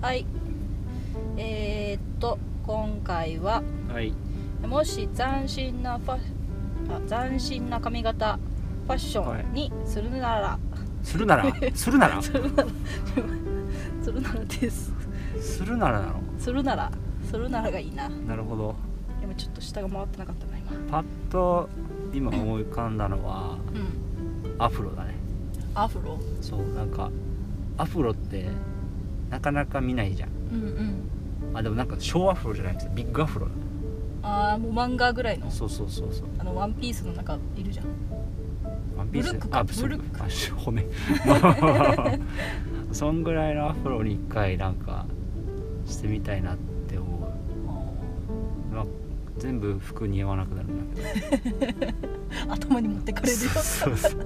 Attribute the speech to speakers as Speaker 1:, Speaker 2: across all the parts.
Speaker 1: はいえー、っと今回は
Speaker 2: はい
Speaker 1: もし斬新なファあ斬新な髪型ファッションにするなら、
Speaker 2: するならするなら
Speaker 1: するならするならです
Speaker 2: するならなの
Speaker 1: するならするならがいいな
Speaker 2: なるほど
Speaker 1: でもちょっと下が回ってなかったな今
Speaker 2: パッと今思い浮かんだのは
Speaker 1: うん
Speaker 2: アフロだね
Speaker 1: アフロ
Speaker 2: そうなんかアフロってなかなか見ないじゃん
Speaker 1: うんうん
Speaker 2: あでもなんか小アフロじゃないんですよビッグアフロだ
Speaker 1: ああもう漫画ぐらいの
Speaker 2: そうそうそうそう
Speaker 1: あのワンピースの中いるじゃん
Speaker 2: ワンピース
Speaker 1: ブルックか
Speaker 2: あそう
Speaker 1: ブルック
Speaker 2: あし骨 そんぐらいのアフロに一回なんかしてみたいなって思う、まあ、全部服似合わなくなるんだけ
Speaker 1: 頭に持ってか
Speaker 2: ど
Speaker 1: れ るよ
Speaker 2: そうそうそう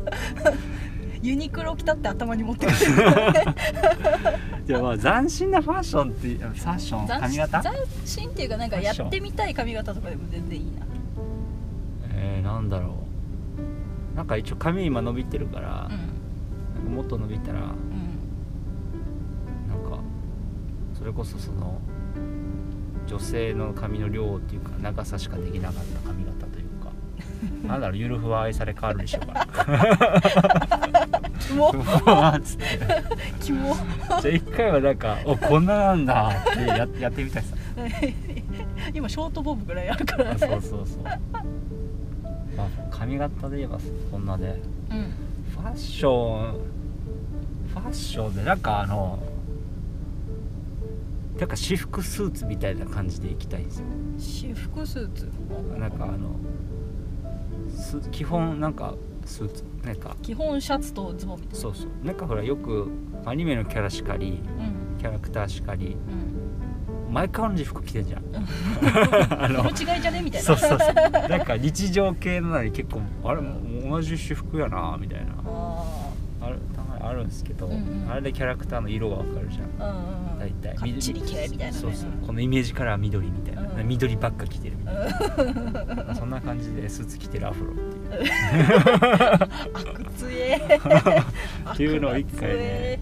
Speaker 1: ユニクロ着たって頭に持ってかれる
Speaker 2: いやまあ斬新なファッションってあファッション髪型
Speaker 1: 斬新っていうかなんかやってみたい髪型とかでも全然いいな
Speaker 2: えー、なんだろうなんか一応髪今伸びてるから、
Speaker 1: う
Speaker 2: なんかもっと伸びたらなん
Speaker 1: ん うん
Speaker 2: かそれこそその女性の髪の量っていうか長さしかできなかった髪型という かなんだろうゆるふわ愛され変わるでしょうから
Speaker 1: キ
Speaker 2: ふ
Speaker 1: モ
Speaker 2: わーっつって
Speaker 1: キモ
Speaker 2: じゃあ一回はなんか「おこんななんだ」ってや やってみたいさ
Speaker 1: 今ショートボブぐらいあるから
Speaker 2: あそうそうそう、まあ、髪型で言えばそんなで
Speaker 1: うん
Speaker 2: ファッションファッションでなんかあのなんか私服スーツみたいな感じで行きたいんですよ
Speaker 1: 私服スーツ
Speaker 2: なんかあのす基本なんかスーツなんか
Speaker 1: 基本シャツとズボンみたい
Speaker 2: そうそうなんかほらよくアニメのキャラしかり
Speaker 1: なうん
Speaker 2: キャラクターしかり
Speaker 1: うん
Speaker 2: 毎回同じ服着てん じゃんあの
Speaker 1: 色違いじゃねみたいな
Speaker 2: そうそうそうなんか日常系なのに結構あれ同じ私服やなみたいな
Speaker 1: あ
Speaker 2: あるたまにあるんですけど、
Speaker 1: うんうん
Speaker 2: あれでキャラクターの色がわかるじゃん
Speaker 1: あうんうん
Speaker 2: 大体
Speaker 1: かっちり系みたいなね
Speaker 2: そうそうこのイメージカラーは緑みたいな、
Speaker 1: うん
Speaker 2: 緑ばっか着てるみたいな、 そんな感じでスーツ着てるアフロっていう
Speaker 1: 悪つ え
Speaker 2: っていうのを一回ね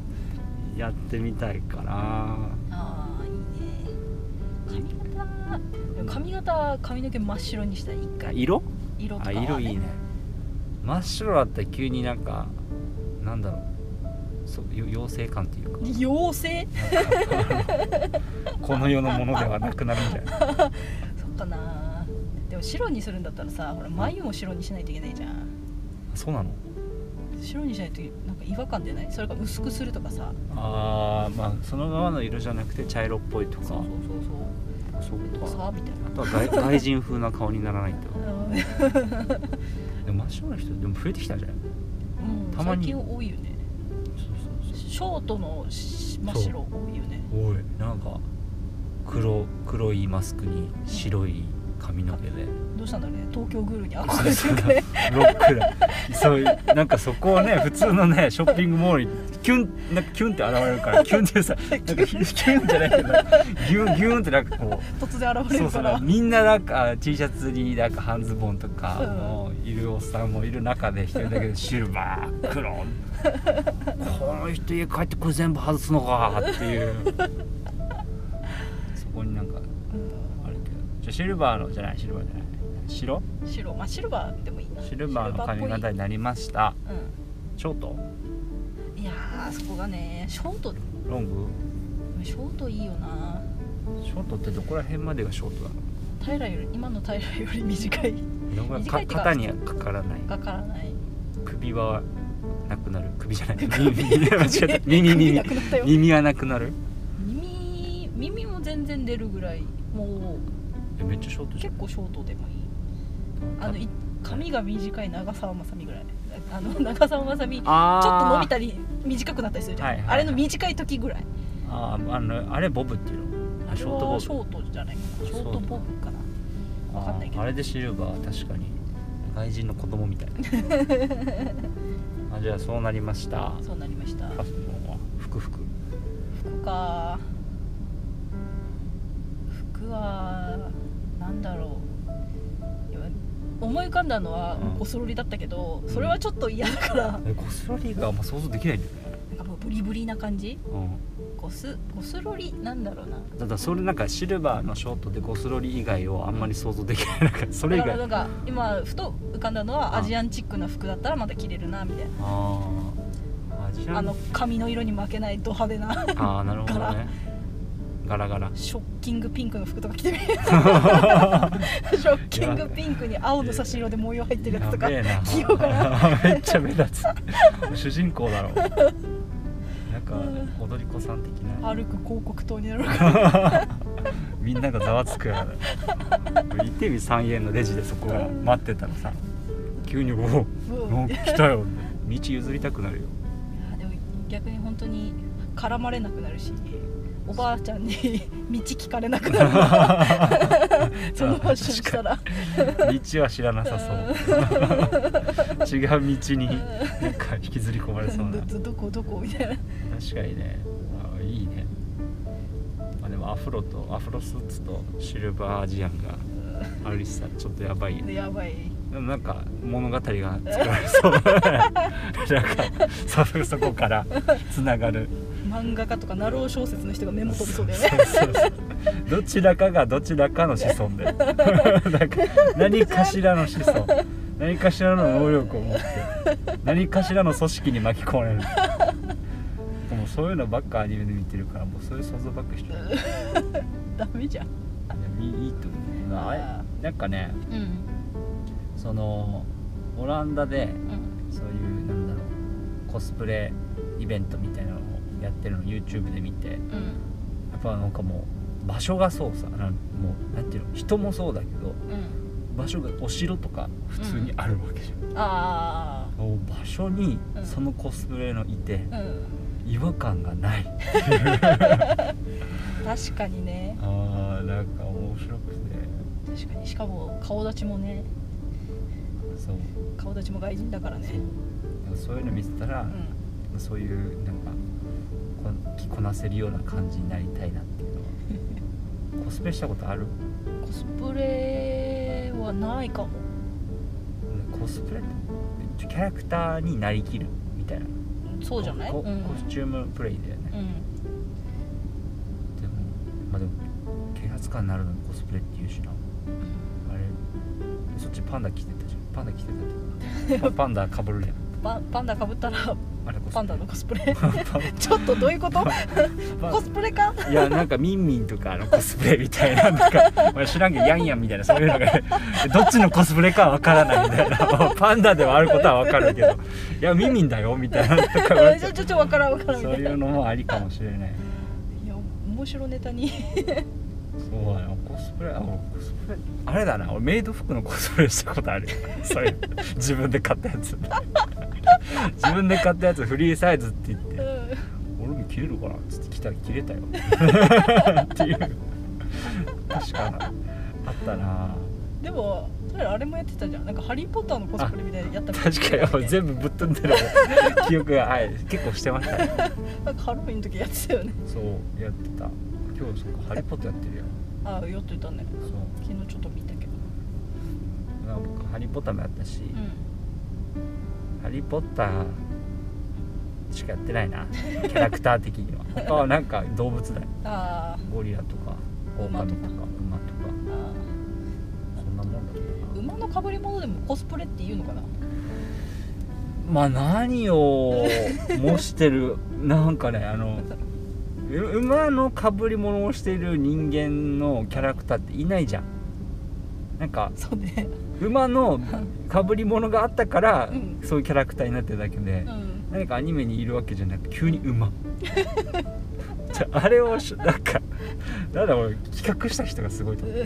Speaker 2: やってみたいかな
Speaker 1: ああいいね髪型髪型髪の毛真っ白にしたい一
Speaker 2: あ
Speaker 1: 回
Speaker 2: 色
Speaker 1: 色とか
Speaker 2: あ
Speaker 1: は、ね、
Speaker 2: 色いいね真っ白だったら急になんかなんだろうそうよ妖精感っていうか
Speaker 1: 妖精
Speaker 2: この世のものではなくなるみた いな
Speaker 1: そっかなでも白にするんだったらさほら眉も白にしないといけないじゃん
Speaker 2: そうなの
Speaker 1: 白にしないとなんか違和感出ないそれか薄くするとかさ
Speaker 2: あーまあそのままの色じゃなくて茶色っぽいとか
Speaker 1: そうそうそうそ
Speaker 2: そう
Speaker 1: う
Speaker 2: か
Speaker 1: とかさみたい
Speaker 2: あとは 外外人風な顔にならないと
Speaker 1: な、
Speaker 2: でも真っ白な人でも増えてきたんじゃない
Speaker 1: うん、
Speaker 2: たまに
Speaker 1: 最近多いよね
Speaker 2: そうそう
Speaker 1: ショートのし真っ白多いよね
Speaker 2: そうおいなんか黒黒いマスクに白い髪の毛で
Speaker 1: どうしたんだろうね東京グールに憧
Speaker 2: そう
Speaker 1: れて
Speaker 2: そう
Speaker 1: る
Speaker 2: ロ
Speaker 1: かね
Speaker 2: ックだそういうなんかそこをね普通のねショッピングモールにキュンなんかキュンって現れるからキュンってさなんかキュンじゃないけどギュンギュンってなんかこう
Speaker 1: 突然現れ
Speaker 2: そ
Speaker 1: る
Speaker 2: うそ
Speaker 1: か
Speaker 2: う
Speaker 1: ら
Speaker 2: みんななんか T シャツになんか半ズボンとかもいるおっさんもいる中で一人だけでシルバー黒この人家帰ってこれ全部外すのかっていうそこになんかあるけどじゃあシルバーのじゃないシルバーじゃない白
Speaker 1: 白まあシルバーでもいいな
Speaker 2: シルバーの髪
Speaker 1: シルバー
Speaker 2: 型
Speaker 1: っ
Speaker 2: になりました
Speaker 1: ぽい
Speaker 2: ショート
Speaker 1: うんいやーそこがねショート
Speaker 2: ロング
Speaker 1: ショートいいよな
Speaker 2: ショートってどこら辺までがショートなの
Speaker 1: 平より今の平より短い
Speaker 2: どこら
Speaker 1: 短いっ
Speaker 2: か
Speaker 1: ていうか
Speaker 2: 肩にはかからない
Speaker 1: かからない
Speaker 2: 首はなくなる首じゃない 耳間違えた耳耳
Speaker 1: なくなったよ
Speaker 2: 耳はなくなる
Speaker 1: 耳耳も全然出るぐらいもう
Speaker 2: えめっちゃショートじゃ
Speaker 1: 結
Speaker 2: ん
Speaker 1: 構ショートでもいいあのい髪が短い長澤まさみぐらいあ の長澤まさみちょ
Speaker 2: あ
Speaker 1: っと伸
Speaker 2: ー
Speaker 1: びたり短くなったりするじゃん、
Speaker 2: はいはいはい
Speaker 1: あれの短い時ぐらい
Speaker 2: あーあのあれボブっていうのあ
Speaker 1: あ
Speaker 2: シ
Speaker 1: れ
Speaker 2: ョートボ
Speaker 1: は
Speaker 2: ブ
Speaker 1: ショートじゃないかなショートボブかなわかんないけ
Speaker 2: あ
Speaker 1: ど
Speaker 2: ーあれでシルバーは確かに外人の子供みたい なあじゃあそうなりましたフ
Speaker 1: そうなりました
Speaker 2: ァッションは服服
Speaker 1: 服か服はなんだろういや思い浮かんだのは
Speaker 2: うん
Speaker 1: ゴスロリだったけどそれはちょっと嫌だから
Speaker 2: えゴスロリーがあんま想像できないんだよね
Speaker 1: なんかもうブリブリな感じ
Speaker 2: うん
Speaker 1: ゴスゴスロリなんだろうな
Speaker 2: ただそれなんかシルバーのショートでゴスロリ以外をあんまり想像できないなんかそれ以
Speaker 1: だから
Speaker 2: 外
Speaker 1: な
Speaker 2: あ
Speaker 1: んか今ふと浮かんだのは
Speaker 2: あ
Speaker 1: アジアンチックな服だったらまた着れるなみたい
Speaker 2: ーアジ
Speaker 1: な
Speaker 2: ア
Speaker 1: あ
Speaker 2: ン
Speaker 1: の髪の色に負けないド派手な
Speaker 2: ああなるほどねガラガラ
Speaker 1: ショッキングピンクの服とか着て みるショッキングピンクに青の差し色で模様入ってるやつとか
Speaker 2: やべえな
Speaker 1: 着ようかな
Speaker 2: めっちゃ目立つ主人公だろなんか踊り子さん的な
Speaker 1: 歩く広告塔になるから
Speaker 2: みんながざわつくやろ伊手見3円のレジでそこが待ってたらさ急に「おお
Speaker 1: うん
Speaker 2: お来たよ」道譲りたくなるよ
Speaker 1: いやでも逆に本当に絡まれなくなるしおばあちゃんに道聞かれなくなるな その場所したら
Speaker 2: 道は知らなさそう 違う道になんか引きずり込まれそうな確
Speaker 1: どどこどこみたいな
Speaker 2: かにねあいいね、まあ、でもアフロとアフロスーツとシルバーアジアンがあるしさちょっとやばいよね
Speaker 1: でやばい
Speaker 2: でもなんか物語が作られそう なんかそそこからつながる
Speaker 1: 漫画家とかナロー小説の人がメモ取りそうだよね
Speaker 2: そうそうそうどちらかがどちらかの子孫 でなんか何かしらの子孫何かしらの能力を持って何かしらの組織に巻き込まれるでもそういうのばっかアニメで見てるからもうそういう想像ばっかしてるいや
Speaker 1: ダメじゃん
Speaker 2: いいいいと思うなあれなんかね
Speaker 1: うん
Speaker 2: そのオランダで
Speaker 1: うん
Speaker 2: そういうなんだろうコスプレイベントみたいなのをやってるのを YouTube で見て
Speaker 1: うん
Speaker 2: やっぱなんかもう場所がそうさなんもうなんていうの人もそうだけど
Speaker 1: うん
Speaker 2: 場所がお城とか普通にあるわけじゃ
Speaker 1: あ
Speaker 2: ん、もう場所に
Speaker 1: うん
Speaker 2: そのコスプレのいて
Speaker 1: あうん
Speaker 2: 違和感がない
Speaker 1: 確かにね
Speaker 2: あーなんか面白くて
Speaker 1: 確かにしかも顔立ちもね
Speaker 2: そう
Speaker 1: 顔立ちも外人だからね
Speaker 2: そうそういうの見てたら
Speaker 1: う、ん
Speaker 2: そういうなんかこ着こなせるような感じになりたいなっていうの はコスプレしたことある
Speaker 1: コスプレはないかも
Speaker 2: コスプレってキャラクターになりきるみたいな
Speaker 1: そうじゃない
Speaker 2: コ
Speaker 1: うん
Speaker 2: コスチュームプレイだよね、
Speaker 1: うん
Speaker 2: でもまあでも警察官になるのにコスプレっていうしなあれそっちパンダ着てたじゃんパンダ着てたっていう かパパンダかぶるやん
Speaker 1: パンパンダかぶったら
Speaker 2: あれコスプレ
Speaker 1: パンダのコスプレ
Speaker 2: パンパン
Speaker 1: ちょっとどういうこと
Speaker 2: パン
Speaker 1: コスプレか
Speaker 2: いやなんかミンミンとかのコスプレみたいななんか 俺知らんけどヤンヤンみたいなそういうのがねどっちのコスプレかわからないみたいな パンダではあることはわかるけどいやミンミンだよみたいなとか言われ
Speaker 1: ち
Speaker 2: ちゃ
Speaker 1: ょ
Speaker 2: う
Speaker 1: ちょちょわからんわからんみ
Speaker 2: そう
Speaker 1: たい
Speaker 2: い
Speaker 1: な
Speaker 2: うのもありかもしれない
Speaker 1: いや面白ネタに
Speaker 2: そうだよコスプレあ俺コスプレあれだな俺メイド服のコスプレしたことあ るよそういう自分で買ったやつ自分で買ったやつフリーサイズって言って
Speaker 1: うん
Speaker 2: 俺も着れるかなっつって着たら着れたよっていう確かあったな
Speaker 1: でもそれあれもやってたじゃんなんかハリー・ポッターのコスプレみたいなやったみたい
Speaker 2: 確かに俺全部ぶっ飛んでる記憶がはい結構してましたね
Speaker 1: なんかハロウィンの時やってたよね
Speaker 2: そうやってた今日そこハリポッターやってるよ
Speaker 1: ああ酔ってたね
Speaker 2: そう
Speaker 1: 昨日ちょっと見たけど
Speaker 2: なんか僕ハリポッターもやったし、
Speaker 1: うん
Speaker 2: ハリー・ポッターしかやってないなキャラクター的には他はなんか動物だよ
Speaker 1: あー
Speaker 2: ゴリラとかオオカミとか馬とか
Speaker 1: あ
Speaker 2: そんなもんだ
Speaker 1: ー
Speaker 2: けど
Speaker 1: 馬のかぶり物でもコスプレっていうのかな
Speaker 2: まあ何を模してるなんかねあのう馬のかぶり物をしている人間のキャラクターっていないじゃんなんか
Speaker 1: そうね
Speaker 2: 馬のかぶり物があったから、
Speaker 1: うん
Speaker 2: そういうキャラクターになってるだけで、
Speaker 1: うん
Speaker 2: 何かアニメにいるわけじゃなく急に馬 じゃああれをしなんかなんだ俺企画した人がすごいと思う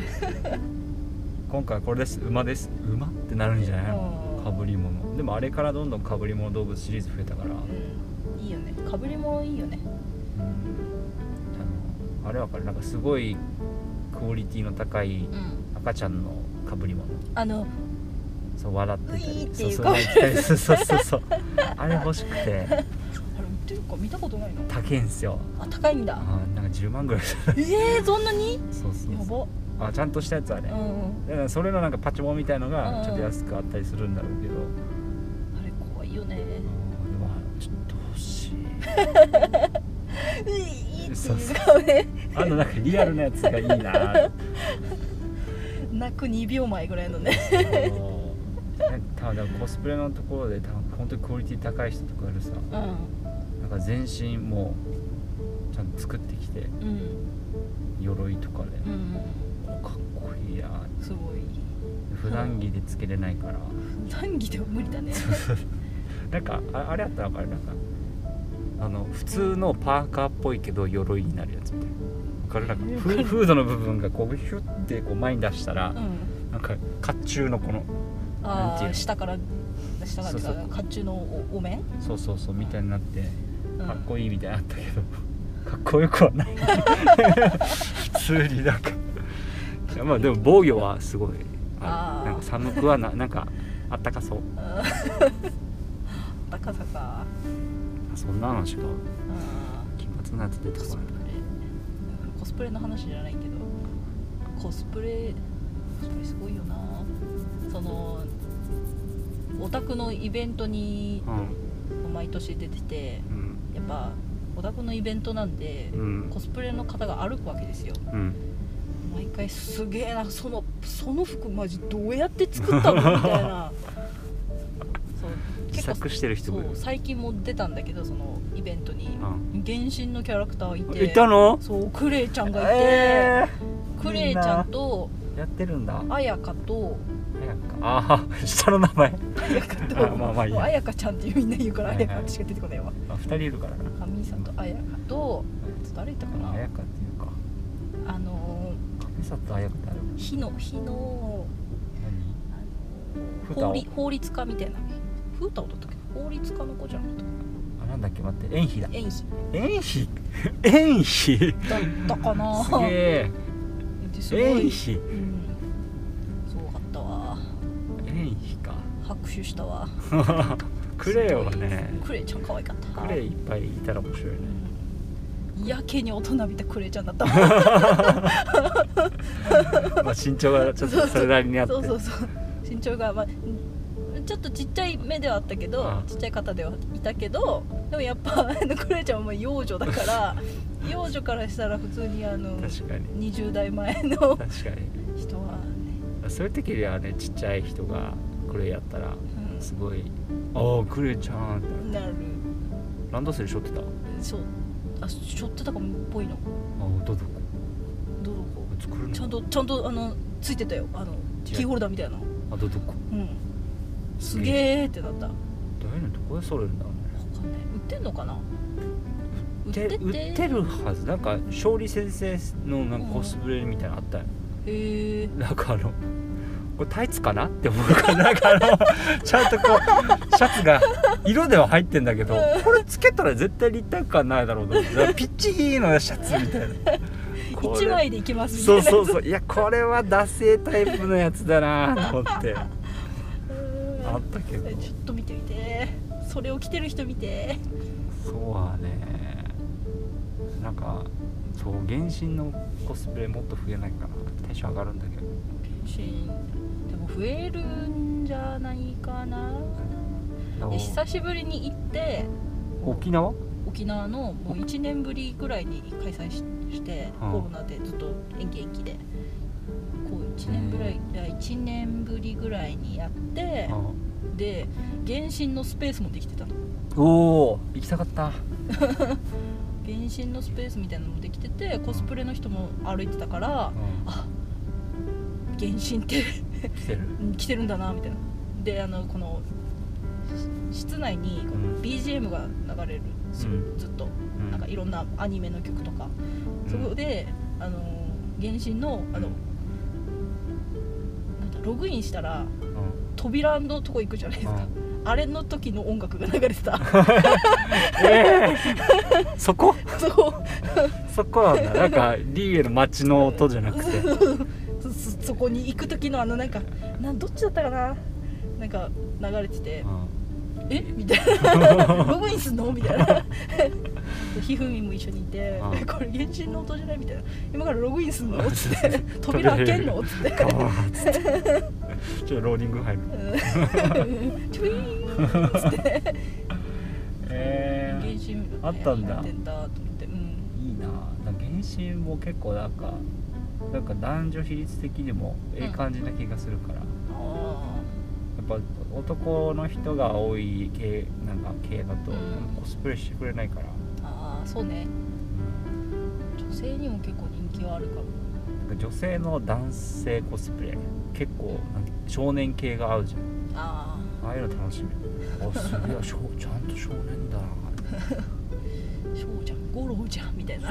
Speaker 2: 今回はこれです馬です馬ってなるんじゃない
Speaker 1: うん
Speaker 2: かぶり物でもあれからどんどんかぶり物動物シリーズ増えたから、うん
Speaker 1: うんいいよねかぶり物いいよね
Speaker 2: あのあれはかるなんかすごいクオリティの高い
Speaker 1: うん
Speaker 2: 赤ちゃんのかぶり物
Speaker 1: あの
Speaker 2: そう笑ってた
Speaker 1: うい
Speaker 2: り
Speaker 1: ーって
Speaker 2: そ
Speaker 1: いうう
Speaker 2: そう
Speaker 1: か
Speaker 2: 泣いたりそうそうそうそうあれ欲しくて
Speaker 1: あれ売ってるか見たことないの
Speaker 2: 高いんすよ
Speaker 1: あ高いんだ
Speaker 2: あーなんか10万ぐらいした
Speaker 1: ええー、そんなに
Speaker 2: そうそう
Speaker 1: や
Speaker 2: そう
Speaker 1: ば
Speaker 2: あちゃんとしたやつあれ、だ
Speaker 1: うん
Speaker 2: からそれのなんかパチモンみたいの
Speaker 1: うんう
Speaker 2: が
Speaker 1: ん
Speaker 2: ちょっと安くあったりするんだろうけど、
Speaker 1: あれ怖いよね
Speaker 2: でもあのちょっと欲しい
Speaker 1: いいいいって
Speaker 2: そう
Speaker 1: い
Speaker 2: そうう
Speaker 1: 顔で
Speaker 2: あのなんかリアルなやつがいいなあ
Speaker 1: 泣く2秒前ぐらいのね
Speaker 2: のなんか多分コスプレのところで多分本当にクオリティ高い人とかいるさ
Speaker 1: うん
Speaker 2: なんか全身もうちゃんと作ってきて
Speaker 1: うん
Speaker 2: 鎧とかで、
Speaker 1: うん
Speaker 2: かっこいいや
Speaker 1: すごい
Speaker 2: 普段着でつけれないから、
Speaker 1: 難儀では無理だね
Speaker 2: なんかああれやったら分かるなんかあの普通のパーカーっぽいけど鎧になるやつみたいな分かるなんか
Speaker 1: わ
Speaker 2: フ
Speaker 1: かる
Speaker 2: ーフードの部分がこうヒュッてこう前に出したら、
Speaker 1: うん
Speaker 2: なんか甲冑のこのなん
Speaker 1: あ
Speaker 2: ていう
Speaker 1: あ
Speaker 2: の
Speaker 1: 下から下からっていう
Speaker 2: そう
Speaker 1: か
Speaker 2: そう
Speaker 1: 甲冑のおお面
Speaker 2: そうそうそうみたいになってかっ
Speaker 1: いい
Speaker 2: こいいみたいなのあったけど、かっこよくはない普通になんかいやまあでも防御はすごい
Speaker 1: あ
Speaker 2: あ
Speaker 1: ー
Speaker 2: るなんか寒くはななんかあったかそう
Speaker 1: 高さか
Speaker 2: あそんなの違う
Speaker 1: うん
Speaker 2: 金髪のやつ出て
Speaker 1: コス
Speaker 2: こ
Speaker 1: プ
Speaker 2: ない
Speaker 1: レコスプレの話じゃないけどコスプレコスプレすごいよなそのオタクのイベントに
Speaker 2: うん
Speaker 1: 毎年出てて
Speaker 2: うん
Speaker 1: やっぱオタクのイベントなんで
Speaker 2: うん
Speaker 1: コスプレの方が歩くわけですよ
Speaker 2: うん
Speaker 1: 毎回すげえなそのその服マジどうやって作ったのみたいなそう
Speaker 2: 自作してる人
Speaker 1: そ
Speaker 2: もいる
Speaker 1: う最近も出たんだけどそのイベントに原神のキャラクターい
Speaker 2: うん
Speaker 1: て
Speaker 2: いたの
Speaker 1: そうクレイちゃんがいて、
Speaker 2: え
Speaker 1: クレイちゃんと
Speaker 2: ー、やってるんだ
Speaker 1: あやかと
Speaker 2: なんかああ 下の名前
Speaker 1: あやかと
Speaker 2: あまあまあいいや
Speaker 1: もうあやかちゃんってみんな言うから
Speaker 2: は
Speaker 1: あ
Speaker 2: いはい
Speaker 1: やかしか出てこないわ
Speaker 2: あ二人いるからな
Speaker 1: あみーさんとあやかとちょっと誰いたかな
Speaker 2: あやかっていうか
Speaker 1: あの
Speaker 2: 亀里あやかってあれ
Speaker 1: ー火の火の
Speaker 2: 何ふた
Speaker 1: 法
Speaker 2: お
Speaker 1: 律法律家みたいなふうたおだったっけ法律家の子じゃなかったか
Speaker 2: あなんだっけ待って縁妃だ
Speaker 1: な演技
Speaker 2: 縁 妃縁妃すげ
Speaker 1: だったかな
Speaker 2: え
Speaker 1: ですごい、
Speaker 2: 縁
Speaker 1: うん、す
Speaker 2: 妃
Speaker 1: ごかったわ
Speaker 2: 縁妃か
Speaker 1: 拍手したわ
Speaker 2: クレイはね
Speaker 1: クレイちゃん可愛かった
Speaker 2: クレイいっぱいいたら面白いね
Speaker 1: うんやけに大人びたクレイちゃんだったわ
Speaker 2: まあ身長がちょっとそれなりにあって
Speaker 1: そうそうそう身長が、まあ、んちょっとちっちゃい目ではあったけど
Speaker 2: あ
Speaker 1: ちっちゃい方ではいたけどでもやっぱあのクレイちゃんはもう幼女だから 幼女からしたら普通にあの
Speaker 2: 確かに
Speaker 1: 20代前の
Speaker 2: 確かに
Speaker 1: 人はね、
Speaker 2: そういう時にはねちっちゃい人がクレイやったらす
Speaker 1: う
Speaker 2: ごい「ああクレイちゃん」って
Speaker 1: ん、なる
Speaker 2: ランドセルしょってたあ
Speaker 1: そうあしょってたかもっぽいの
Speaker 2: あどうぞ
Speaker 1: どうこ
Speaker 2: 作るの
Speaker 1: ちゃんとちゃんとあのついてたよあのキーホルダーみたいな
Speaker 2: あどうぞ
Speaker 1: うんすげーってなった
Speaker 2: どういうのどこで揃えるんだろうね
Speaker 1: わかんない売ってんのかな売って
Speaker 2: で
Speaker 1: て
Speaker 2: 売ってるはずなんか勝利先生のなんかコスプレみたいなのあったよ、
Speaker 1: へえ
Speaker 2: なんかあのこれタイツかなって思うから なんかあのちゃんとこうシャツが色では入ってんだけどこれつけたら絶対立体感ないだろうと思っ てだからピッチいいのよシャツみたいなこれ
Speaker 1: 1枚でいきますみたい
Speaker 2: そ
Speaker 1: な
Speaker 2: うそうそういやこれは惰性タイプのやつだなと思って
Speaker 1: う
Speaker 2: あったけど
Speaker 1: ーんちょっと見てみてそれを着てる人見て
Speaker 2: そうはねなんかそう原神のコスプレもっと増えないかなテンション上がるんだけど
Speaker 1: シーンでも増えるんじゃないかなで久しぶりに行って
Speaker 2: 沖縄
Speaker 1: 沖縄のもう1年ぶりぐらいに開催しして
Speaker 2: うん
Speaker 1: コロナでずっと延期延期でこう1年ぐらいいや1年ぶりぐらいにやってで原神のスペースもできてたの
Speaker 2: おお行きたかった
Speaker 1: 原神のスペースみたいなのもできててコスプレの人も歩いてたから
Speaker 2: うん
Speaker 1: あ原神って
Speaker 2: 来てる
Speaker 1: 来てるんだなみたいなであのこのし室内にこ
Speaker 2: う
Speaker 1: の
Speaker 2: ん
Speaker 1: BGM が流れるんですよ、
Speaker 2: う
Speaker 1: ずっと
Speaker 2: うん
Speaker 1: なんかいろんなアニメの曲とか、
Speaker 2: うん
Speaker 1: そこであの原神のあのなんだログインしたら
Speaker 2: うん
Speaker 1: 扉のとこ行くじゃないですか、あれの時の音楽が流れてた
Speaker 2: えー そこ
Speaker 1: そう
Speaker 2: そこなんだなんかリーエの街の音じゃなくて
Speaker 1: そそそこに行く時のあのなんかなんどっちだったかななんか流れてて「えみたい な「ログインすんの?」みたいなひふみんも一緒にいて
Speaker 2: う
Speaker 1: 「
Speaker 2: ん
Speaker 1: これ原神の音じゃない?」みたいな「今からログインすんの?」っつって「扉開けんの?」っつって
Speaker 2: かわいいち ょっとローディング入る
Speaker 1: 「うんチュイーン!」っつって
Speaker 2: え
Speaker 1: 原神
Speaker 2: あったんだ
Speaker 1: やってんだと思ってうん
Speaker 2: いいななんか原神も結構なんかなんか男女比率的にもええ感じな気がするから、
Speaker 1: あ
Speaker 2: やっぱ男の人が多い系なんか系だと
Speaker 1: うん
Speaker 2: コスプレしてくれないから、
Speaker 1: ーあーそうね女性にも結構人気はあるかも
Speaker 2: なんか女性の男性コスプレ結構なんか少年系が合うじゃん
Speaker 1: あ
Speaker 2: ああいうの 楽しみあすげえしょちゃんと少年だな
Speaker 1: あ翔ちゃん五郎ちゃんみたいな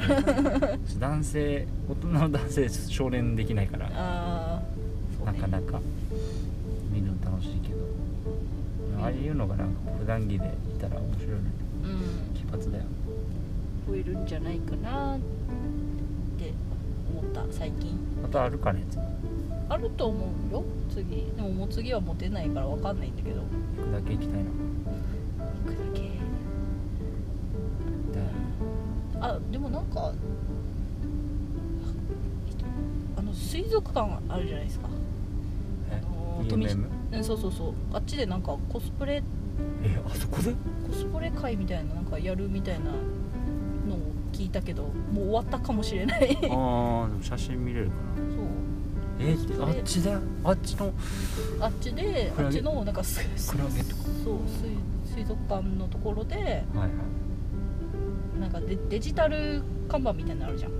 Speaker 2: 男性大人の男性少年できないから
Speaker 1: ああそう
Speaker 2: な
Speaker 1: ね
Speaker 2: かなか見るの楽しいけどああいうのがなんか普段着でいたら面白いね
Speaker 1: うん
Speaker 2: 奇抜だよ
Speaker 1: 増えるんじゃないかなって思った最近
Speaker 2: またあるかねつ
Speaker 1: あると思うよ次でももう次はもう出ないからわかんないんだけど
Speaker 2: 行くだけ行きたいな
Speaker 1: 行くだけ
Speaker 2: だよ
Speaker 1: あでもなんかああの水族館あるじゃないですか
Speaker 2: え
Speaker 1: あのー
Speaker 2: DMM?
Speaker 1: うんそうそうそうあっちでなんかコスプレ
Speaker 2: えあそこで
Speaker 1: コスプレ会みたいななんかやるみたいなのを聞いたけどもう終わったかもしれないそう
Speaker 2: ああでも写真見れるかなえ
Speaker 1: それ
Speaker 2: あっちだあっちの
Speaker 1: あっちで
Speaker 2: ク
Speaker 1: あ
Speaker 2: ラゲ
Speaker 1: っちのなんかすす
Speaker 2: クラゲとか
Speaker 1: そう水水族館のところで
Speaker 2: はいはい
Speaker 1: なんかデデジタル看板みたいなのあるじゃん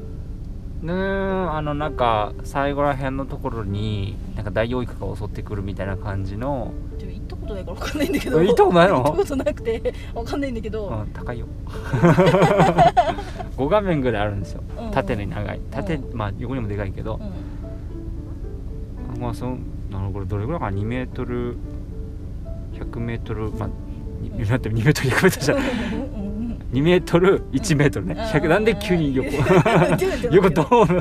Speaker 2: ねーあのなんか最後らへんのところになんかダイオウイカが襲ってくるみたいな感じの
Speaker 1: でも行ったことないから分かんないんだけ
Speaker 2: え
Speaker 1: ど
Speaker 2: 行ったことないの
Speaker 1: 行ったことなくて分かんないんだけど、
Speaker 2: うん、高 いよ5画面ぐらいあるんですよ
Speaker 1: うん
Speaker 2: 縦に長い縦、
Speaker 1: う
Speaker 2: まあ横にもでかいけど
Speaker 1: う、ん
Speaker 2: まあそのなのこれどれぐらいかな2メートル100メートルまあに
Speaker 1: うん
Speaker 2: 待って2メートル100メートルじゃない2メートル1メートルね、100なんで急に横 横ドーン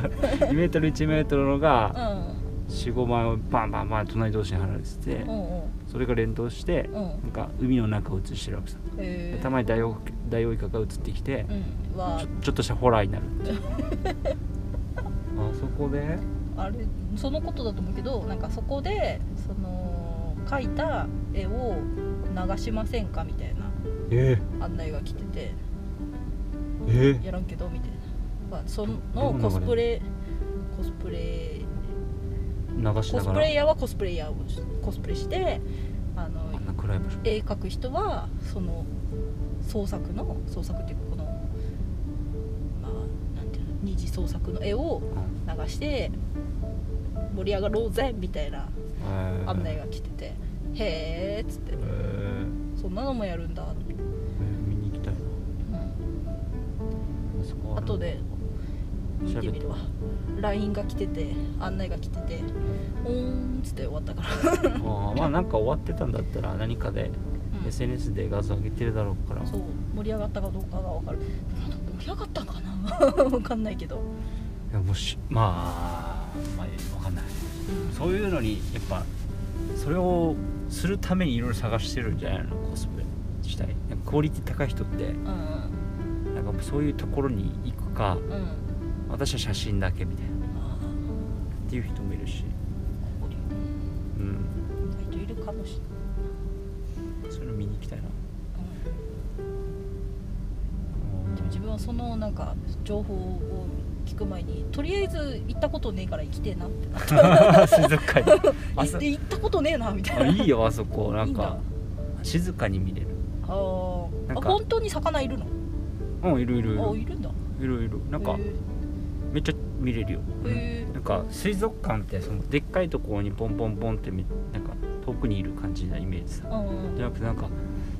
Speaker 2: 2メートル1メートルの
Speaker 1: う
Speaker 2: が
Speaker 1: ん
Speaker 2: 45枚をバンバンバン隣同士に貼られてて
Speaker 1: うんうん
Speaker 2: それが連動して
Speaker 1: うん
Speaker 2: なんか海の中を映してるわけさ
Speaker 1: えー
Speaker 2: たまにダイオウダイオウイカが映ってきて、
Speaker 1: うんは
Speaker 2: ちょちょっとしたホラ ーになるっていうあそこで
Speaker 1: あれそのことだと思うけどなんかそこでその描いた絵を流しませんかみたいな
Speaker 2: え
Speaker 1: 案内が来てて
Speaker 2: ええ
Speaker 1: やらんけどみたいな、まあ、そ
Speaker 2: ど
Speaker 1: の
Speaker 2: んな
Speaker 1: コ
Speaker 2: 流
Speaker 1: ス
Speaker 2: れ
Speaker 1: プレコスプレ
Speaker 2: 流し
Speaker 1: コ
Speaker 2: な
Speaker 1: ス
Speaker 2: が
Speaker 1: プ
Speaker 2: ら
Speaker 1: レイヤーはコスプレイヤーをコスプレしてあの
Speaker 2: あんな暗い場所
Speaker 1: 絵描く人はその創作の創作っていうかこのまあなんていうの二次創作の絵を
Speaker 2: うん
Speaker 1: 流して盛り上がろうぜみたいな
Speaker 2: えー
Speaker 1: 案内が来てて「へえ」っつって
Speaker 2: え
Speaker 1: 「
Speaker 2: ー
Speaker 1: そんなのもやるんだ」って、
Speaker 2: 見に行きたいなあそこは
Speaker 1: 後で見てみるわ LINE が来てて案内が来てて「おーん」っつって終わったから、
Speaker 2: あーまあなんか終わってたんだったら何かで
Speaker 1: うん
Speaker 2: SNS で画像上げてるだろうから
Speaker 1: そう盛り上がったかどうかが分かるなんか盛り上がったんかな 分かんないけど
Speaker 2: いやもしまあまあわかんないそういうのにやっぱそれをするためにいろいろ探してるんじゃないのコスプレしたいなんかクオリティ高い人って
Speaker 1: うんうん
Speaker 2: なんかそういうところに行くか
Speaker 1: うん
Speaker 2: 私は写真だけみたいな
Speaker 1: ああ、
Speaker 2: っていう人もいるし
Speaker 1: ここに
Speaker 2: うん
Speaker 1: 意外といるかもしれない。
Speaker 2: そういうの見に行きたいな
Speaker 1: うんでも自分はそのなんか情報を聞く前にとりあえず行ったことねえから行きてえなってなって
Speaker 2: 水族館にあそ
Speaker 1: 行って行ったことねえなみたい
Speaker 2: あ
Speaker 1: な。
Speaker 2: いいよあそこなん
Speaker 1: いい
Speaker 2: か
Speaker 1: ん
Speaker 2: 静かに見れる
Speaker 1: あー
Speaker 2: なん
Speaker 1: あ
Speaker 2: か
Speaker 1: 本当に魚いるの？
Speaker 2: うんいるいるい
Speaker 1: あ
Speaker 2: る
Speaker 1: いるんだ。
Speaker 2: いるいるなんか
Speaker 1: へ
Speaker 2: めっちゃ見れるよ、
Speaker 1: えへえ
Speaker 2: なんか水族館ってそのでっかいところにポンポンポンってみなんか遠くにいる感じなイメージさ
Speaker 1: うん
Speaker 2: じゃなくてなんか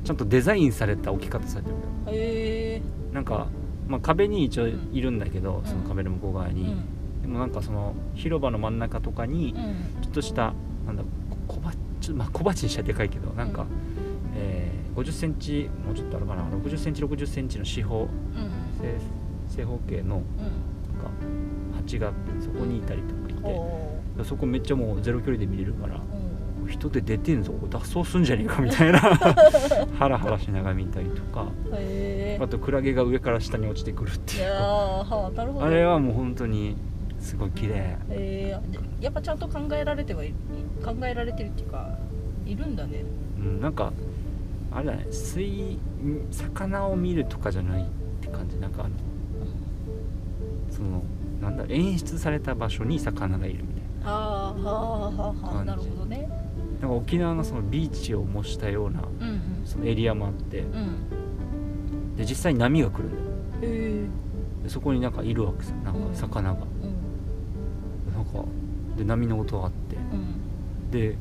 Speaker 2: ちゃんとデザインされた置き方されてる
Speaker 1: へえ
Speaker 2: なんか、まあ、壁に一応いるんだけど、その壁の向こう側
Speaker 1: う
Speaker 2: に、
Speaker 1: ん
Speaker 2: でもなんかその広場の真ん中とかに
Speaker 1: うん
Speaker 2: ちょっとしたなんだこ小鉢ちょまあ、小鉢にしたらでかいけどなんか、
Speaker 1: うん
Speaker 2: えー、50センチもうちょっとあるかな60センチ60センチの四方
Speaker 1: うん
Speaker 2: 正正方形のなんか鉢があってそこにいたりとかいて、
Speaker 1: うんお
Speaker 2: そこめっちゃもうゼロ距離で見れるから
Speaker 1: ーうん
Speaker 2: 人で出てんぞこれ脱走すんじゃねえかみた いなハラハラしながら見たりとか
Speaker 1: へえ
Speaker 2: あとクラゲが上から下に落ちてくるって
Speaker 1: い
Speaker 2: いう
Speaker 1: やーはあなるほど。
Speaker 2: あれはもう本当にすごい綺麗
Speaker 1: えー、やっぱちゃんと考えられてはい考えられてるっていうかいるんだね
Speaker 2: うん、なんかあれだね水魚を見るとかじゃないって感じなんかあのそのなんだ演出された場所に魚がいるみたい
Speaker 1: あーはーはーは
Speaker 2: 感
Speaker 1: ー
Speaker 2: じ
Speaker 1: なるほどね
Speaker 2: ななんか沖縄のそのビーチを模したような
Speaker 1: うん
Speaker 2: そのエリアもあって
Speaker 1: うんうん
Speaker 2: で実際に波が来るんだよ
Speaker 1: えー
Speaker 2: でそこになんかいるわけさなんか魚が、
Speaker 1: うん
Speaker 2: なんかで波の音があって
Speaker 1: うん
Speaker 2: で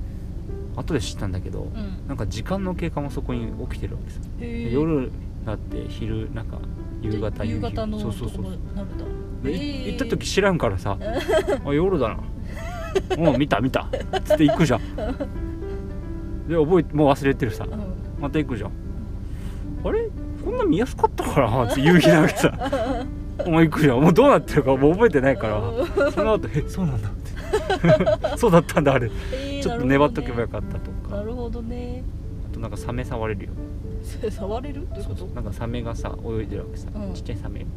Speaker 2: 後で知ったんだけど、
Speaker 1: うん
Speaker 2: なんか時間の経過もそこに起きてるわけさ、
Speaker 1: え
Speaker 2: で
Speaker 1: ー
Speaker 2: 夜になって昼なんか夕方
Speaker 1: で夕方の
Speaker 2: そうそう
Speaker 1: と
Speaker 2: そ
Speaker 1: こ
Speaker 2: う
Speaker 1: なるんだ
Speaker 2: で
Speaker 1: えー
Speaker 2: い行った時知らんからさあ夜だなもう見た見たつって行くじゃんで覚えてもう忘れてるさ
Speaker 1: うん
Speaker 2: また行くじゃんあれこんな見やすかったかなって夕日だけさもう行くじゃんもうどうなってるかもう覚えてないか
Speaker 1: う
Speaker 2: ら
Speaker 1: ん
Speaker 2: その後えそうなんだって そうだったんだあれ
Speaker 1: えー
Speaker 2: ちょっと
Speaker 1: なるほ
Speaker 2: 粘っ
Speaker 1: ど
Speaker 2: と
Speaker 1: ね
Speaker 2: けばよかったとか
Speaker 1: なるほどね
Speaker 2: あとなんかサメ触れるよ
Speaker 1: それ触れるどういう
Speaker 2: そ
Speaker 1: こ
Speaker 2: う
Speaker 1: と
Speaker 2: そうなんかサメがさ泳いでるわけさ、
Speaker 1: うん
Speaker 2: ちっちゃいサメも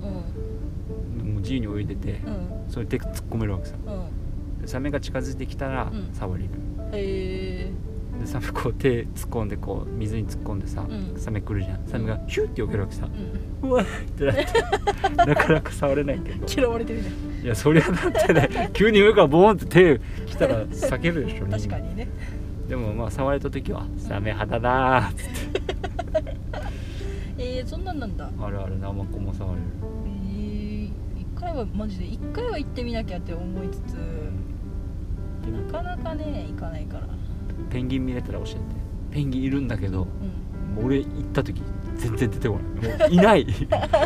Speaker 1: うん
Speaker 2: う自由に泳いでて、
Speaker 1: うん
Speaker 2: それ手突っ込めるわけさ
Speaker 1: うん
Speaker 2: でサメが近づいてきたら
Speaker 1: うん
Speaker 2: 触れる、
Speaker 1: え
Speaker 2: でサメこう手突っ込んでこう水に突っ込んでさ、
Speaker 1: うん
Speaker 2: サメ来るじゃんサメがヒューって避けるわけさ
Speaker 1: ー、う、ん、
Speaker 2: うわーってなって なかなか触れないけど
Speaker 1: 嫌われてるじゃん
Speaker 2: いやそりゃだって ね急に上からボーンって手来たら避けるでしょ人間
Speaker 1: 確かにね
Speaker 2: でもまあ触れた時は「サメ肌だー」って
Speaker 1: えー、そんなんなんだ
Speaker 2: あるあるナマコも触れる、
Speaker 1: えー、一回はマジで一回は行ってみなきゃって思いつつ
Speaker 2: で
Speaker 1: なかなかね行かないから
Speaker 2: ペンギン見れたら教えてペンギンいるんだけど
Speaker 1: うん
Speaker 2: もう俺行った時全然出てこないもういない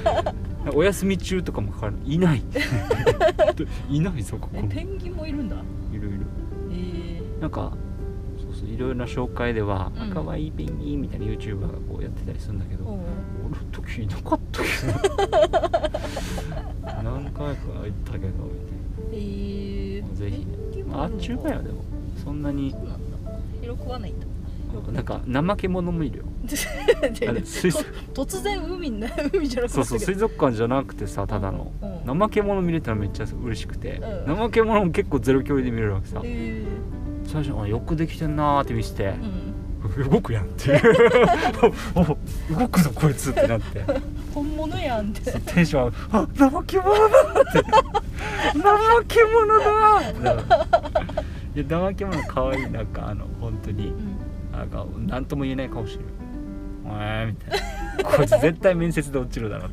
Speaker 2: お休み中とかもかかる いないいないぞここ
Speaker 1: えペンギンもいるんだ
Speaker 2: いろいろ
Speaker 1: えー、
Speaker 2: なんかそうそういろいろな紹介では
Speaker 1: うん
Speaker 2: 「かわいいペンギン」みたいな YouTuber がこうやってたりするんだけど、
Speaker 1: おう
Speaker 2: 俺の時いなかったけ ど何回か行ったけどみ
Speaker 1: えー、
Speaker 2: ぜひね
Speaker 1: ペンギ
Speaker 2: たい
Speaker 1: ンも
Speaker 2: な、まあ、あ
Speaker 1: る
Speaker 2: っ
Speaker 1: のか
Speaker 2: ちゅうかよでもそんなに
Speaker 1: そうなんだ広くはないんだ
Speaker 2: なんか怠け者もいるよ
Speaker 1: で
Speaker 2: あれ水族
Speaker 1: と突然海に海じゃなく
Speaker 2: そ
Speaker 1: な
Speaker 2: う
Speaker 1: っ
Speaker 2: そ
Speaker 1: た
Speaker 2: う水
Speaker 1: けど
Speaker 2: 族館じゃなくてさただの
Speaker 1: うんうん
Speaker 2: 怠け者見れたらめっちゃ嬉しくて、
Speaker 1: うん
Speaker 2: 怠け者も結構ゼロ距離で見れるわけさ、
Speaker 1: え
Speaker 2: 最初あよくできてんなーって見せて
Speaker 1: ー、う、ん、
Speaker 2: 動くやんっていう おお動くぞこいつって なって
Speaker 1: 本物やんって
Speaker 2: テンションあ怠け者だって怠け者だってなるいや怠け者可愛いなんかあの本当に
Speaker 1: うん
Speaker 2: なんか何とも言えない顔してる「えー」みたいなこいつ絶対面接で落ちるだろう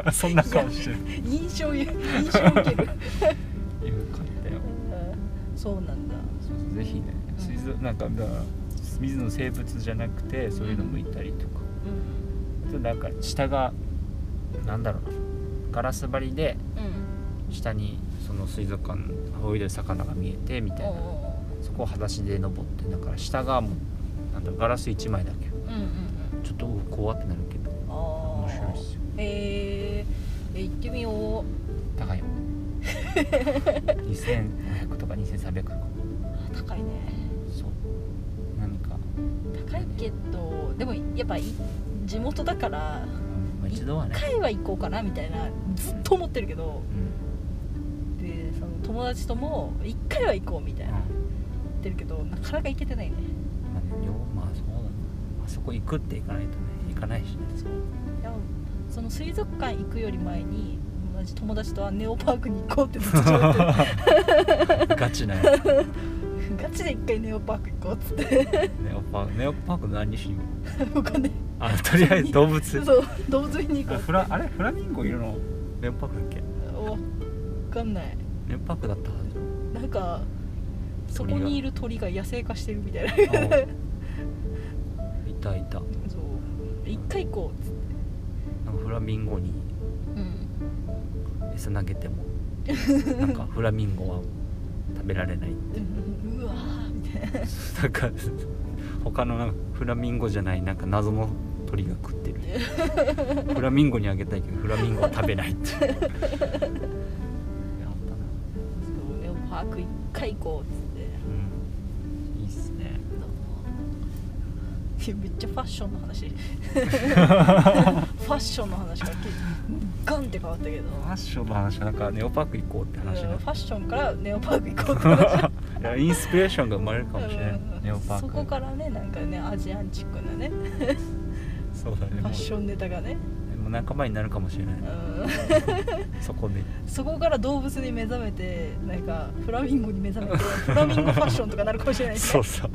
Speaker 2: ってそんな顔してる
Speaker 1: 印象印象受ける
Speaker 2: いう感じだよ
Speaker 1: そうなんだ
Speaker 2: そうそうぜひね水族なんかだから水の生物じゃなくてそういうのもいたりとか
Speaker 1: うん
Speaker 2: あとなんか下がなんだろうなガラス張りで
Speaker 1: うん
Speaker 2: 下にその水族館泳いでる魚が見えてみたいな
Speaker 1: お
Speaker 2: そこを裸足で登ってだから下がもうなんだろうガラス1枚だけ
Speaker 1: ううんうんうん
Speaker 2: ちょっと怖ってなるけど
Speaker 1: ああ
Speaker 2: 面白いっすよ
Speaker 1: へーえ行ってみよう
Speaker 2: 高い よ2500とか2300とか
Speaker 1: あ高いね
Speaker 2: そう何か、
Speaker 1: 高いけどでもやっぱい地元だから
Speaker 2: うんまあ、一度はね
Speaker 1: 一、回は行こうかなみたいなずっと思ってるけどでその友達とも一回は行こうみたい
Speaker 2: うん
Speaker 1: な言ってるけどなかなか行けてないね
Speaker 2: まあね、よまあそうだなあそこ行くって行かないとね行かないしね そう
Speaker 1: いやその水族館行くより前に同じ友達とはネオパークに行こうってずっと言 ってる
Speaker 2: ガチなやつ
Speaker 1: ガチで一回ネオパーク行こうっ つって
Speaker 2: ネオパークネオパーク何しに行く
Speaker 1: お金
Speaker 2: あとりあえず動物
Speaker 1: そう動物園に行
Speaker 2: あ
Speaker 1: こ
Speaker 2: フラあれフラミンゴいるのネオパークだっけ
Speaker 1: うわかんない
Speaker 2: ネオパークだったはずよ
Speaker 1: なんかそこにいる鳥が野生化してるみたいな
Speaker 2: いたいた
Speaker 1: そう一回行こうっつって
Speaker 2: なんかフラミンゴに
Speaker 1: うん
Speaker 2: 餌投げて もなんかフラミンゴは食べられない
Speaker 1: うんうわーみたいな
Speaker 2: なんか他のなんかフラミンゴじゃないなんか謎の鳥が 食ってるフラミンゴにあげたいけどフラミンゴは食べないって やったな
Speaker 1: そうネオパーク一回行こうっつって
Speaker 2: うんいいっすね
Speaker 1: いやめっちゃファッションの 話ファッションの話からガンって変わったけど
Speaker 2: ファッションの話はなんかネオパーク行こうって話に
Speaker 1: う
Speaker 2: なんっ
Speaker 1: フ
Speaker 2: て
Speaker 1: ァッションからネオパーク行こうって話
Speaker 2: いやインスピレーションが生まれるかもしれない、
Speaker 1: うん
Speaker 2: ネオパーク
Speaker 1: そこからねなんかねアジアンチックなね
Speaker 2: そうだね
Speaker 1: フ
Speaker 2: も
Speaker 1: ァッショ
Speaker 2: う
Speaker 1: ンネタ がね、
Speaker 2: もう仲間になるかもしれない、
Speaker 1: うん、
Speaker 2: そこで
Speaker 1: そこから動物に目覚めてなんかフラミンゴに目覚めてフラミンゴファッションとかなるかもしれないです
Speaker 2: そう
Speaker 1: ね
Speaker 2: そう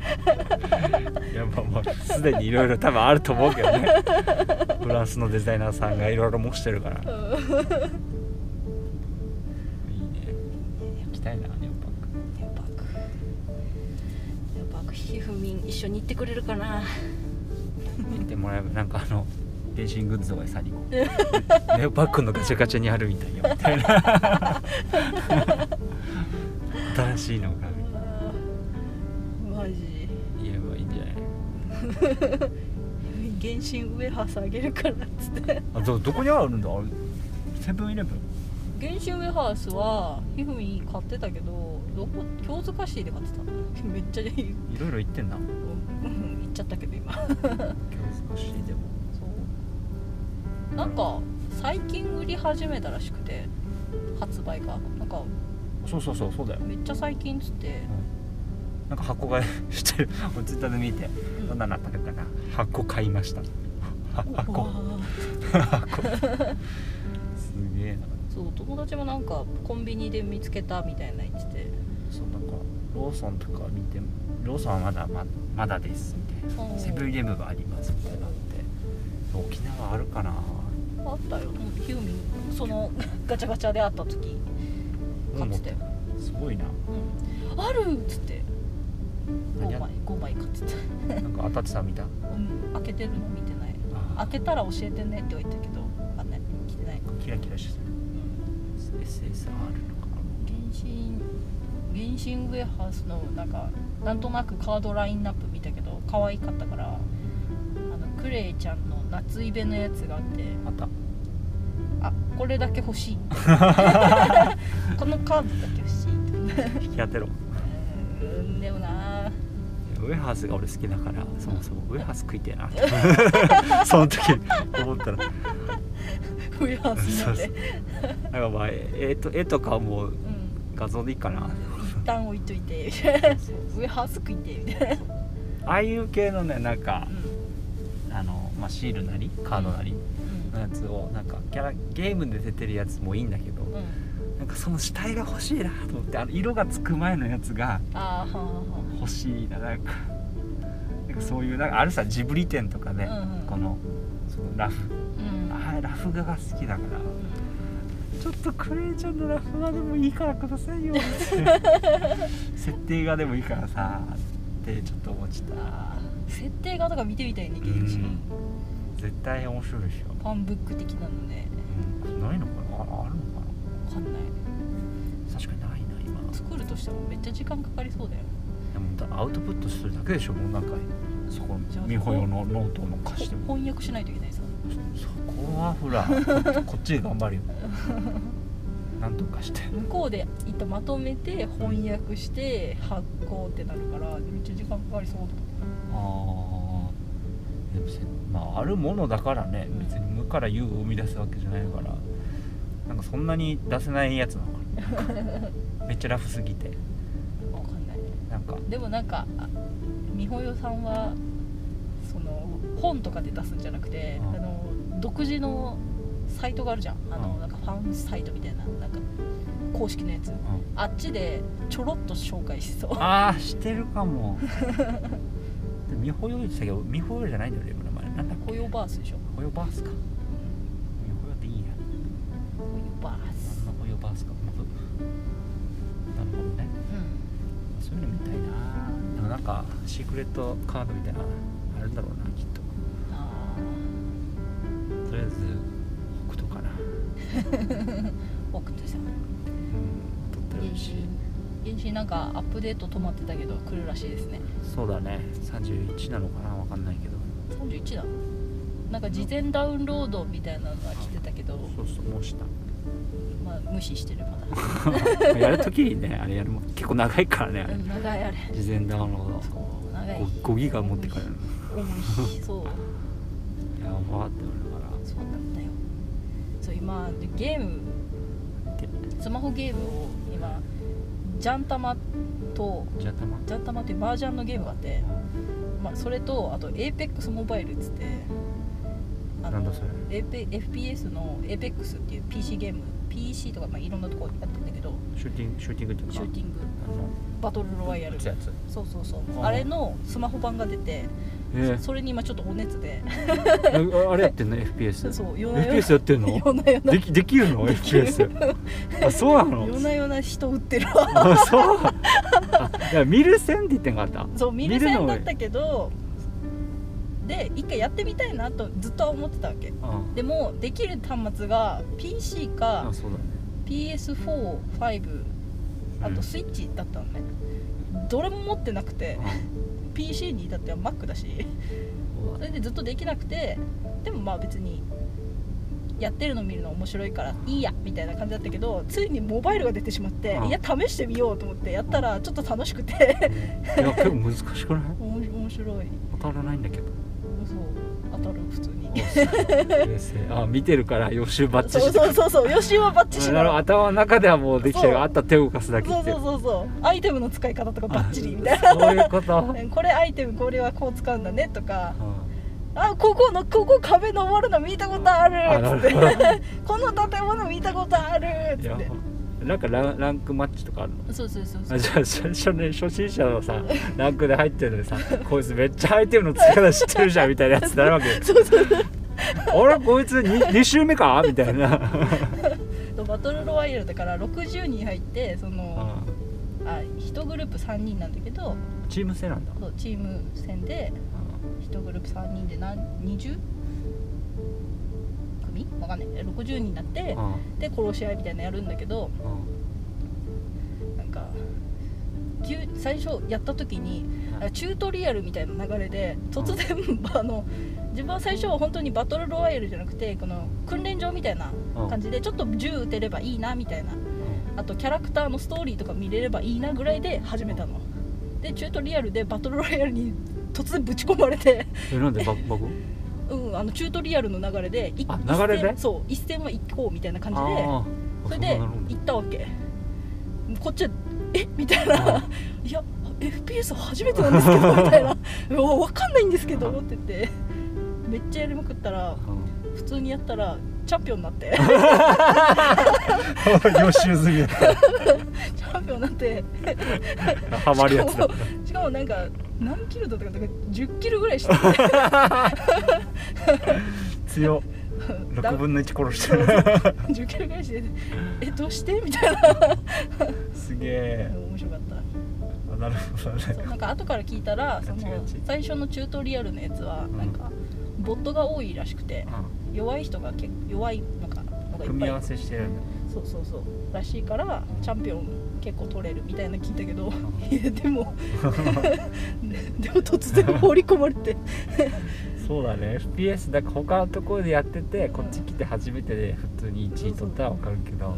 Speaker 2: いやまあまあすでにいろいろ多分あると思うけどねフランスのデザイナーさんがいろいろ模してるから
Speaker 1: うん
Speaker 2: いいね行きたいなネオパーク
Speaker 1: ヤバくヤバくひふみん一緒に行ってくれるかな
Speaker 2: 行ってもらえばなんかあのレーシンググッズとかでさにこ うネオパークのガチャガチャにあるみたいよみたいな新しいのがある
Speaker 1: マジ
Speaker 2: 言えばいいんじゃない
Speaker 1: 原神ウェハースあげるからっつって
Speaker 2: あどどこにあるんだあれセブンイレブン
Speaker 1: 原神ウェハースはひふみん買ってたけどどこ京塚市で買ってためっちゃいい
Speaker 2: いろいろ行ってんな今
Speaker 1: うん行っちゃったけど今
Speaker 2: 日少しでも
Speaker 1: そうなんか最近売り始めたらしくて発売がなんか
Speaker 2: そうそうそうそうだよ
Speaker 1: めっちゃ最近っつって、
Speaker 2: なんか箱買いしてる 俺ツイッターで見て
Speaker 1: うん
Speaker 2: どんなのあったかな箱買いました箱
Speaker 1: わー
Speaker 2: 箱すげえな
Speaker 1: そう友達もなんかコンビニで見つけたみたいな言ってて
Speaker 2: そうなんかローソンとか見てもローソンはまだままだですみたい
Speaker 1: お
Speaker 2: な
Speaker 1: ー
Speaker 2: セブンイレブンはありますみたいなのって沖縄あるかな
Speaker 1: あったようんヒューミンそのガチャガチャで会った時買ってたよ、
Speaker 2: すごいな
Speaker 1: うん、あるっつって
Speaker 2: 何
Speaker 1: 5枚5枚買ってた、
Speaker 2: なんかあたちさん見た
Speaker 1: うん、開けてるの見てない開けたら教えてねっては言ったけどあんない来てない、
Speaker 2: キラキラして
Speaker 1: う
Speaker 2: る
Speaker 1: ん、
Speaker 2: SSR のか
Speaker 1: 原神原神ウェアハウスのなんかなんとなくカードラインナップ見たけど可愛かったからあのクレイちゃんの夏イベのやつがあって
Speaker 2: また
Speaker 1: あこれだけ欲し いこのカードだけ欲しい
Speaker 2: 引き当てろ
Speaker 1: うーんでもな
Speaker 2: ウェハースが俺好きだからそもそもウェハース食いてえなって その時思ったら
Speaker 1: ウェアハウスなんで
Speaker 2: そうなんかまあ絵と絵とかはもう
Speaker 1: うん
Speaker 2: 画像でいいか な
Speaker 1: 一旦置いといて ウェアハウス食いてみたいな、
Speaker 2: ああいう系のねなんか
Speaker 1: うん
Speaker 2: あの、まあ、シールなりカードなりのやつをなんかキャラゲームで出てるやつもいいんだけど
Speaker 1: うんうん、
Speaker 2: なんかその死体が欲しいなと思ってあの色がつく前のやつが
Speaker 1: あーはあは
Speaker 2: 欲しいななんかなんかそういうなんかあるさジブリ展とかで、
Speaker 1: うんうん
Speaker 2: このそのラフ
Speaker 1: あはあ
Speaker 2: ああラフ画が好きだから
Speaker 1: うん
Speaker 2: ちょっとクレイちゃんのラフ画でもいいからくださいよって設定画でもいいからさってちょっと思っちゃった
Speaker 1: 設定画とか見てみたいね
Speaker 2: う
Speaker 1: 原神
Speaker 2: ん絶対面白いでしょ
Speaker 1: ファンブック的なのね
Speaker 2: うんないのかなああるのか
Speaker 1: わかんない
Speaker 2: な確かにないな今
Speaker 1: 作るとしてもめっちゃ時間かかりそうだよ
Speaker 2: でもだアウトプットするだけでしょもうなんかそこ
Speaker 1: じゃあ
Speaker 2: 美穂用のノートの貸しても
Speaker 1: 翻訳しないといけないさ
Speaker 2: そこはほらこっちで頑張るよなんとかして
Speaker 1: 向こうで一旦まとめて翻訳して発行ってなるからめっちゃ時間かかりそう
Speaker 2: ああでもせまああるものだからね別に無から有を生み出すわけじゃないからなんかそんなに出せないやつなのかなめっちゃラフすぎて
Speaker 1: わかんない
Speaker 2: なんか
Speaker 1: でもなんかあ美穂代さんはその本とかで出すんじゃなくて
Speaker 2: うん
Speaker 1: あの独自のサイトがあるじゃんあの
Speaker 2: うん
Speaker 1: なんかファンサイトみたいななんか公式のやつ
Speaker 2: うん
Speaker 1: あっちでちょろっと紹介しそう
Speaker 2: ああしてるかもで美穂よりでしたけど美穂よりじゃないんだよね今の名前なんだっけ
Speaker 1: 雇用バースでしょ
Speaker 2: 保養バースか保養でいいや
Speaker 1: 雇用バース
Speaker 2: 何の保養バースかまあなるほどね
Speaker 1: う
Speaker 2: そういうの見たいなでもなんかシークレットカードみたいなのあるんだろうなきっと
Speaker 1: んあ
Speaker 2: とりあえず北斗かな
Speaker 1: ー奥田さん
Speaker 2: うん撮って
Speaker 1: 原
Speaker 2: るし
Speaker 1: 神原神なんかアップデート止まってたけど来るらしいですね
Speaker 2: そうだね31なのかなわかんないけど
Speaker 1: 31だなんか事前ダウンロードみたいなのは来てたけど、
Speaker 2: そうそうもうした
Speaker 1: まあ、無視してるま
Speaker 2: やるときにねあれやるもん結構長いからねあ
Speaker 1: だう
Speaker 2: れ
Speaker 1: ん長いあれ
Speaker 2: 事前ダウンロード
Speaker 1: そう長い
Speaker 2: 5 5ギガ持ってからの
Speaker 1: 重いしそう
Speaker 2: やばってなるか
Speaker 1: そうなんだよそう今ゲーム
Speaker 2: らで
Speaker 1: スマホゲームを今ジャンタマと
Speaker 2: じゃあたま
Speaker 1: ジャンタマっていうバージョンのゲームがあって、まあ、それとあと APEX モバイルっつってあ
Speaker 2: なん
Speaker 1: の
Speaker 2: だそれ
Speaker 1: AP FPS の APEX っていう PC ゲーム PC とか、まあ、いろんなとこやってんだけど
Speaker 2: シューティングシューティングっていうか
Speaker 1: シューティング
Speaker 2: あの
Speaker 1: バトルロワイヤル
Speaker 2: 撃つやつ
Speaker 1: そうそうそう
Speaker 2: あー
Speaker 1: あれのスマホ版が出て
Speaker 2: え
Speaker 1: それに今ちょっとお熱で
Speaker 2: ー、ああれやってんの FPS
Speaker 1: そう夜な夜
Speaker 2: FPS やってんの
Speaker 1: 夜な夜な
Speaker 2: できできるの
Speaker 1: できる
Speaker 2: FPS あそうなの
Speaker 1: 夜な夜な人売ってるわ
Speaker 2: あそう あいや見る線って言ってんかった
Speaker 1: そう見る
Speaker 2: 見るの
Speaker 1: 線
Speaker 2: が
Speaker 1: だったけどで一回やってみたいなとずっとは思ってたわけ
Speaker 2: あ
Speaker 1: でもできる端末が PC
Speaker 2: あ
Speaker 1: か
Speaker 2: そうだね
Speaker 1: PS45 あ
Speaker 2: うん
Speaker 1: とスイッチだったのね、どれも持ってなくて PC に至っては Mac だし
Speaker 2: そう
Speaker 1: そ
Speaker 2: だ
Speaker 1: れでずっとできなくてでもまあ別にやってるの見るの面白いからいいやみたいな感じだったけどついにモバイルが出てしまって
Speaker 2: うん
Speaker 1: いや試してみようと思ってやったらちょっと楽しくて
Speaker 2: いや結構難しくない
Speaker 1: おも面白い
Speaker 2: 当たらないん だけど
Speaker 1: そう当たる普通に
Speaker 2: 冷静あ見てるから予習バッチ
Speaker 1: そうそうそうそう予習はバッチ
Speaker 2: し
Speaker 1: シ
Speaker 2: てなる
Speaker 1: なの
Speaker 2: 頭の中ではもうできて
Speaker 1: そ
Speaker 2: る
Speaker 1: う
Speaker 2: あった手を動かすだけ
Speaker 1: そう
Speaker 2: ってい
Speaker 1: そううそうそうアイテムの使い方とかバッチリみた い
Speaker 2: あそうい うこと
Speaker 1: なこれアイテムこれはこう使うんだねとか
Speaker 2: あ
Speaker 1: あここのここ壁登るの見たことある
Speaker 2: あな
Speaker 1: っ
Speaker 2: る
Speaker 1: つっ
Speaker 2: ほど
Speaker 1: て この建物見たことあるっ
Speaker 2: い
Speaker 1: つっ
Speaker 2: や
Speaker 1: て
Speaker 2: なんかランランクマッチとかあるの
Speaker 1: そうそうそうそ
Speaker 2: あ
Speaker 1: う
Speaker 2: じゃあ最初ね初心者のさランクで入ってるのにさこいつめっちゃアイテムの付け方知ってるじゃんみたいなやつになるわけ
Speaker 1: そうそう
Speaker 2: あれこいつ 2, 2周目かみた いな
Speaker 1: バトルロワイヤルだから60人入ってそのあ1グループ3人なんだけど
Speaker 2: チーム制なんだ
Speaker 1: そうチーム戦で1グループ3人で何 20? 組わかんない60人になってで殺し合いみたいなのやるんだけどなんか急最初やった時に
Speaker 2: はい
Speaker 1: チュートリアルみたいな流れで突然あの自分は最初は本当にバトルロワイヤルじゃなくてこの訓練場みたいな感じでちょっと銃撃てればいいなみたいなあとキャラクターのストーリーとか見れればいいなぐらいで始めたのでチュートリアルでバトルロイヤルに突然ぶち込まれて、
Speaker 2: えなんでババグ
Speaker 1: うん、あのチュートリアルの流れでい
Speaker 2: あ流れ
Speaker 1: 一
Speaker 2: で
Speaker 1: 戦そう一戦は行こうみたいな感じで
Speaker 2: あー
Speaker 1: それ
Speaker 2: んな
Speaker 1: で
Speaker 2: なるんだ
Speaker 1: 行ったわけこっちはえみたい
Speaker 2: あ
Speaker 1: な「いや FPS 初めてなんですけ ど」みたいな「うわわかんないんですけど」って言ってめっちゃやりまくったら
Speaker 2: う
Speaker 1: 普通にやったらチャンピオンになって
Speaker 2: ん 予習済みや
Speaker 1: チャンピオンになって
Speaker 2: ハマるやつだ
Speaker 1: しかもしかもなんか何キロだったかなんか10キロぐらいしてて
Speaker 2: 強
Speaker 1: だ
Speaker 2: 6分の1殺し
Speaker 1: そ
Speaker 2: て
Speaker 1: うそう
Speaker 2: る
Speaker 1: 10キロぐらいしててえどうしてみたいな
Speaker 2: すげえ
Speaker 1: 面白かった
Speaker 2: あなるほどね
Speaker 1: そうなんか後から聞いたら その
Speaker 2: ガチガチ
Speaker 1: 最初のチュートリアルのやつは
Speaker 2: ん
Speaker 1: なんかボットが多いらしくて
Speaker 2: うん
Speaker 1: 弱い人が結構弱いのかのがいっ
Speaker 2: 組み合
Speaker 1: ぱ
Speaker 2: わ
Speaker 1: い
Speaker 2: せしてるんだ
Speaker 1: そうそうそうらしいからチャンピオン結構取れるみたいなの聞いたけど いやでも でも突然放り込まれて
Speaker 2: そうだね FPS だから他のところでやっててこっち来て初めてで普通に1位取ったら分かるけど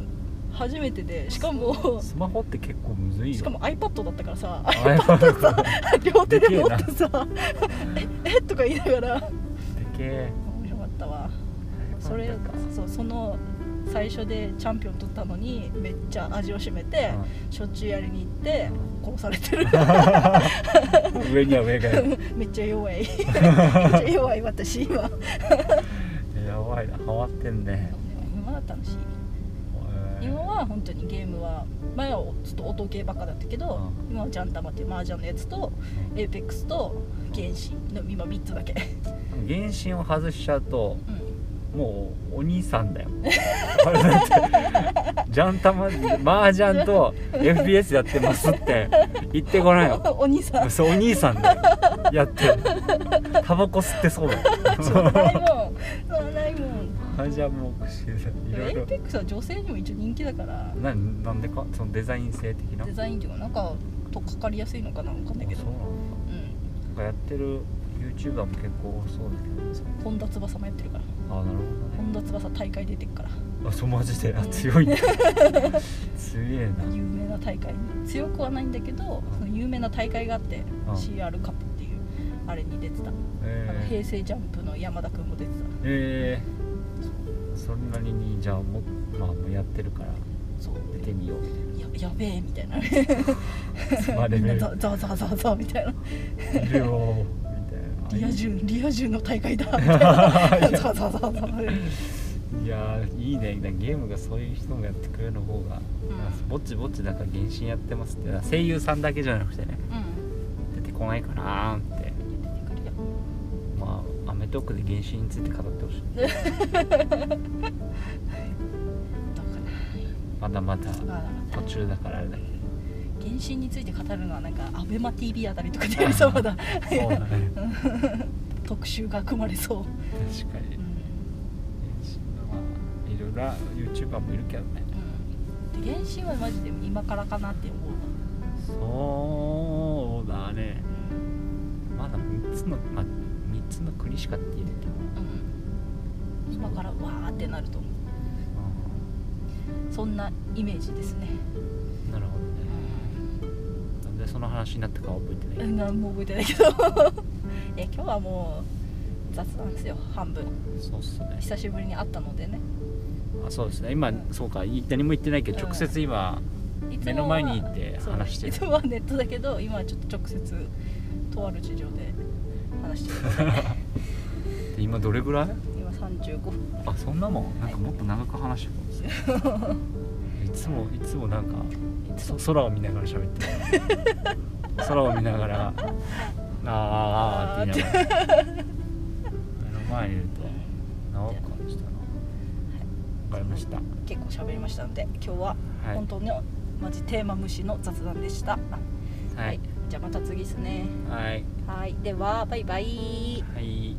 Speaker 1: 初めてでしかも
Speaker 2: スマホって結構むずいよ
Speaker 1: しかも iPad だったからさ
Speaker 2: あやっぱで
Speaker 1: 両手で持ってさ「 ええとか言いながら
Speaker 2: けえ
Speaker 1: 面白かったわそれ
Speaker 2: か
Speaker 1: そうその最初でチャンピオン取ったのにめっちゃ味を占めてしょっちゅうやりに行って殺されてる
Speaker 2: うん上には上がいる
Speaker 1: めっちゃ弱 いめっちゃ弱い私今
Speaker 2: やばいなハマってんね
Speaker 1: 今は楽しい
Speaker 2: えー
Speaker 1: 今は本当にゲームは前はちょっと音ゲーばっかだったけど
Speaker 2: う
Speaker 1: 今はジャンタマっていう麻雀のやつと APEX と原神の今3つだけ、
Speaker 2: 原神を外しちゃうと
Speaker 1: うん、
Speaker 2: もうお兄さんだよ あれだってジャンタママージャンと FPS やってますって言ってごらんよ
Speaker 1: お兄さん
Speaker 2: そうお兄さんだよやってるタバコ吸ってそうだよ
Speaker 1: しょうがないもんしょうがないもん
Speaker 2: あじゃあもう串でいろ
Speaker 1: エ
Speaker 2: いろ
Speaker 1: イペックスは女性にも一応人気だから
Speaker 2: ななんでかそのデザイン性的な
Speaker 1: デザインっていうかなんかとっかかりやすいのかなわかんないけど
Speaker 2: あそうなんだ
Speaker 1: うん
Speaker 2: なんかやってる YouTuber も結構多そうだけど
Speaker 1: 本田翼もやってるから
Speaker 2: あなるほどね
Speaker 1: 本田翼大会出てるから
Speaker 2: あそうマジであ強いね強えな
Speaker 1: 有名な大会に強くはないんだけどその有名な大会があって
Speaker 2: あ
Speaker 1: CR カップっていうあれに出てたあの
Speaker 2: え
Speaker 1: 平成ジャンプの山田君も出て
Speaker 2: ー、えーそんなにじゃあも,、まあ、もうやってるから
Speaker 1: たそう
Speaker 2: 出てみようみ
Speaker 1: ややべえみたいな
Speaker 2: たいな
Speaker 1: みんな
Speaker 2: る
Speaker 1: ざざざざざみたいない
Speaker 2: るよみたい
Speaker 1: リ
Speaker 2: な
Speaker 1: ア充リア充の大会だみたいなざざざざ
Speaker 2: いやーいいねだからゲームがそういう人がやってくれるの方が、
Speaker 1: ん
Speaker 2: ぼちぼちだから原神やってますって声優さんだけじゃなくてね
Speaker 1: うん
Speaker 2: 出てこないかなーって
Speaker 1: 出てくるよ
Speaker 2: まあアメトークで原神について語ってほしい
Speaker 1: どうか
Speaker 2: まだまだ
Speaker 1: なまあまた
Speaker 2: 途中だからあれだけ
Speaker 1: 原神について語るのはなんかアベマ t v あたりとかでやりそうだ
Speaker 2: どそうだね
Speaker 1: 特集が組まれそう、
Speaker 2: 確かに
Speaker 1: うん
Speaker 2: まあいろいろな YouTuber もいるけどね
Speaker 1: うん、で原神はマジで今からかなって思うわ
Speaker 2: そうだねまだ3つのまあ3つの国しかって言うけど、
Speaker 1: うん今からわーってなると思うそんなイメージですね
Speaker 2: うんなるほどねなんでその話になったかは覚えてない
Speaker 1: 何も覚えてないけど え今日はもう雑なんですよ半分
Speaker 2: そうっすね
Speaker 1: 久しぶりに会ったのでね
Speaker 2: あそうですね今
Speaker 1: うん
Speaker 2: そうかい何も言ってないけど
Speaker 1: うん
Speaker 2: 直接今
Speaker 1: いつもは
Speaker 2: 目の前に行って話してる
Speaker 1: そういつもはネットだけど今はちょっと直接とある事情で話してる
Speaker 2: で今どれぐらい
Speaker 1: 今35分
Speaker 2: あそんなもんなんかもっと長く話してくるんですね いつもいつもなんか
Speaker 1: いつ
Speaker 2: そ
Speaker 1: も
Speaker 2: 空を見ながら喋ってる空を見ながら「あーあーあー」って言いながら目の前にいると長く感じたな分かりました
Speaker 1: 結構喋りましたので今日は
Speaker 2: はい
Speaker 1: 本当のマジテーマ無視の雑談でした、
Speaker 2: はい
Speaker 1: じゃあまた次ですね
Speaker 2: はい
Speaker 1: はいではバイバイ
Speaker 2: はい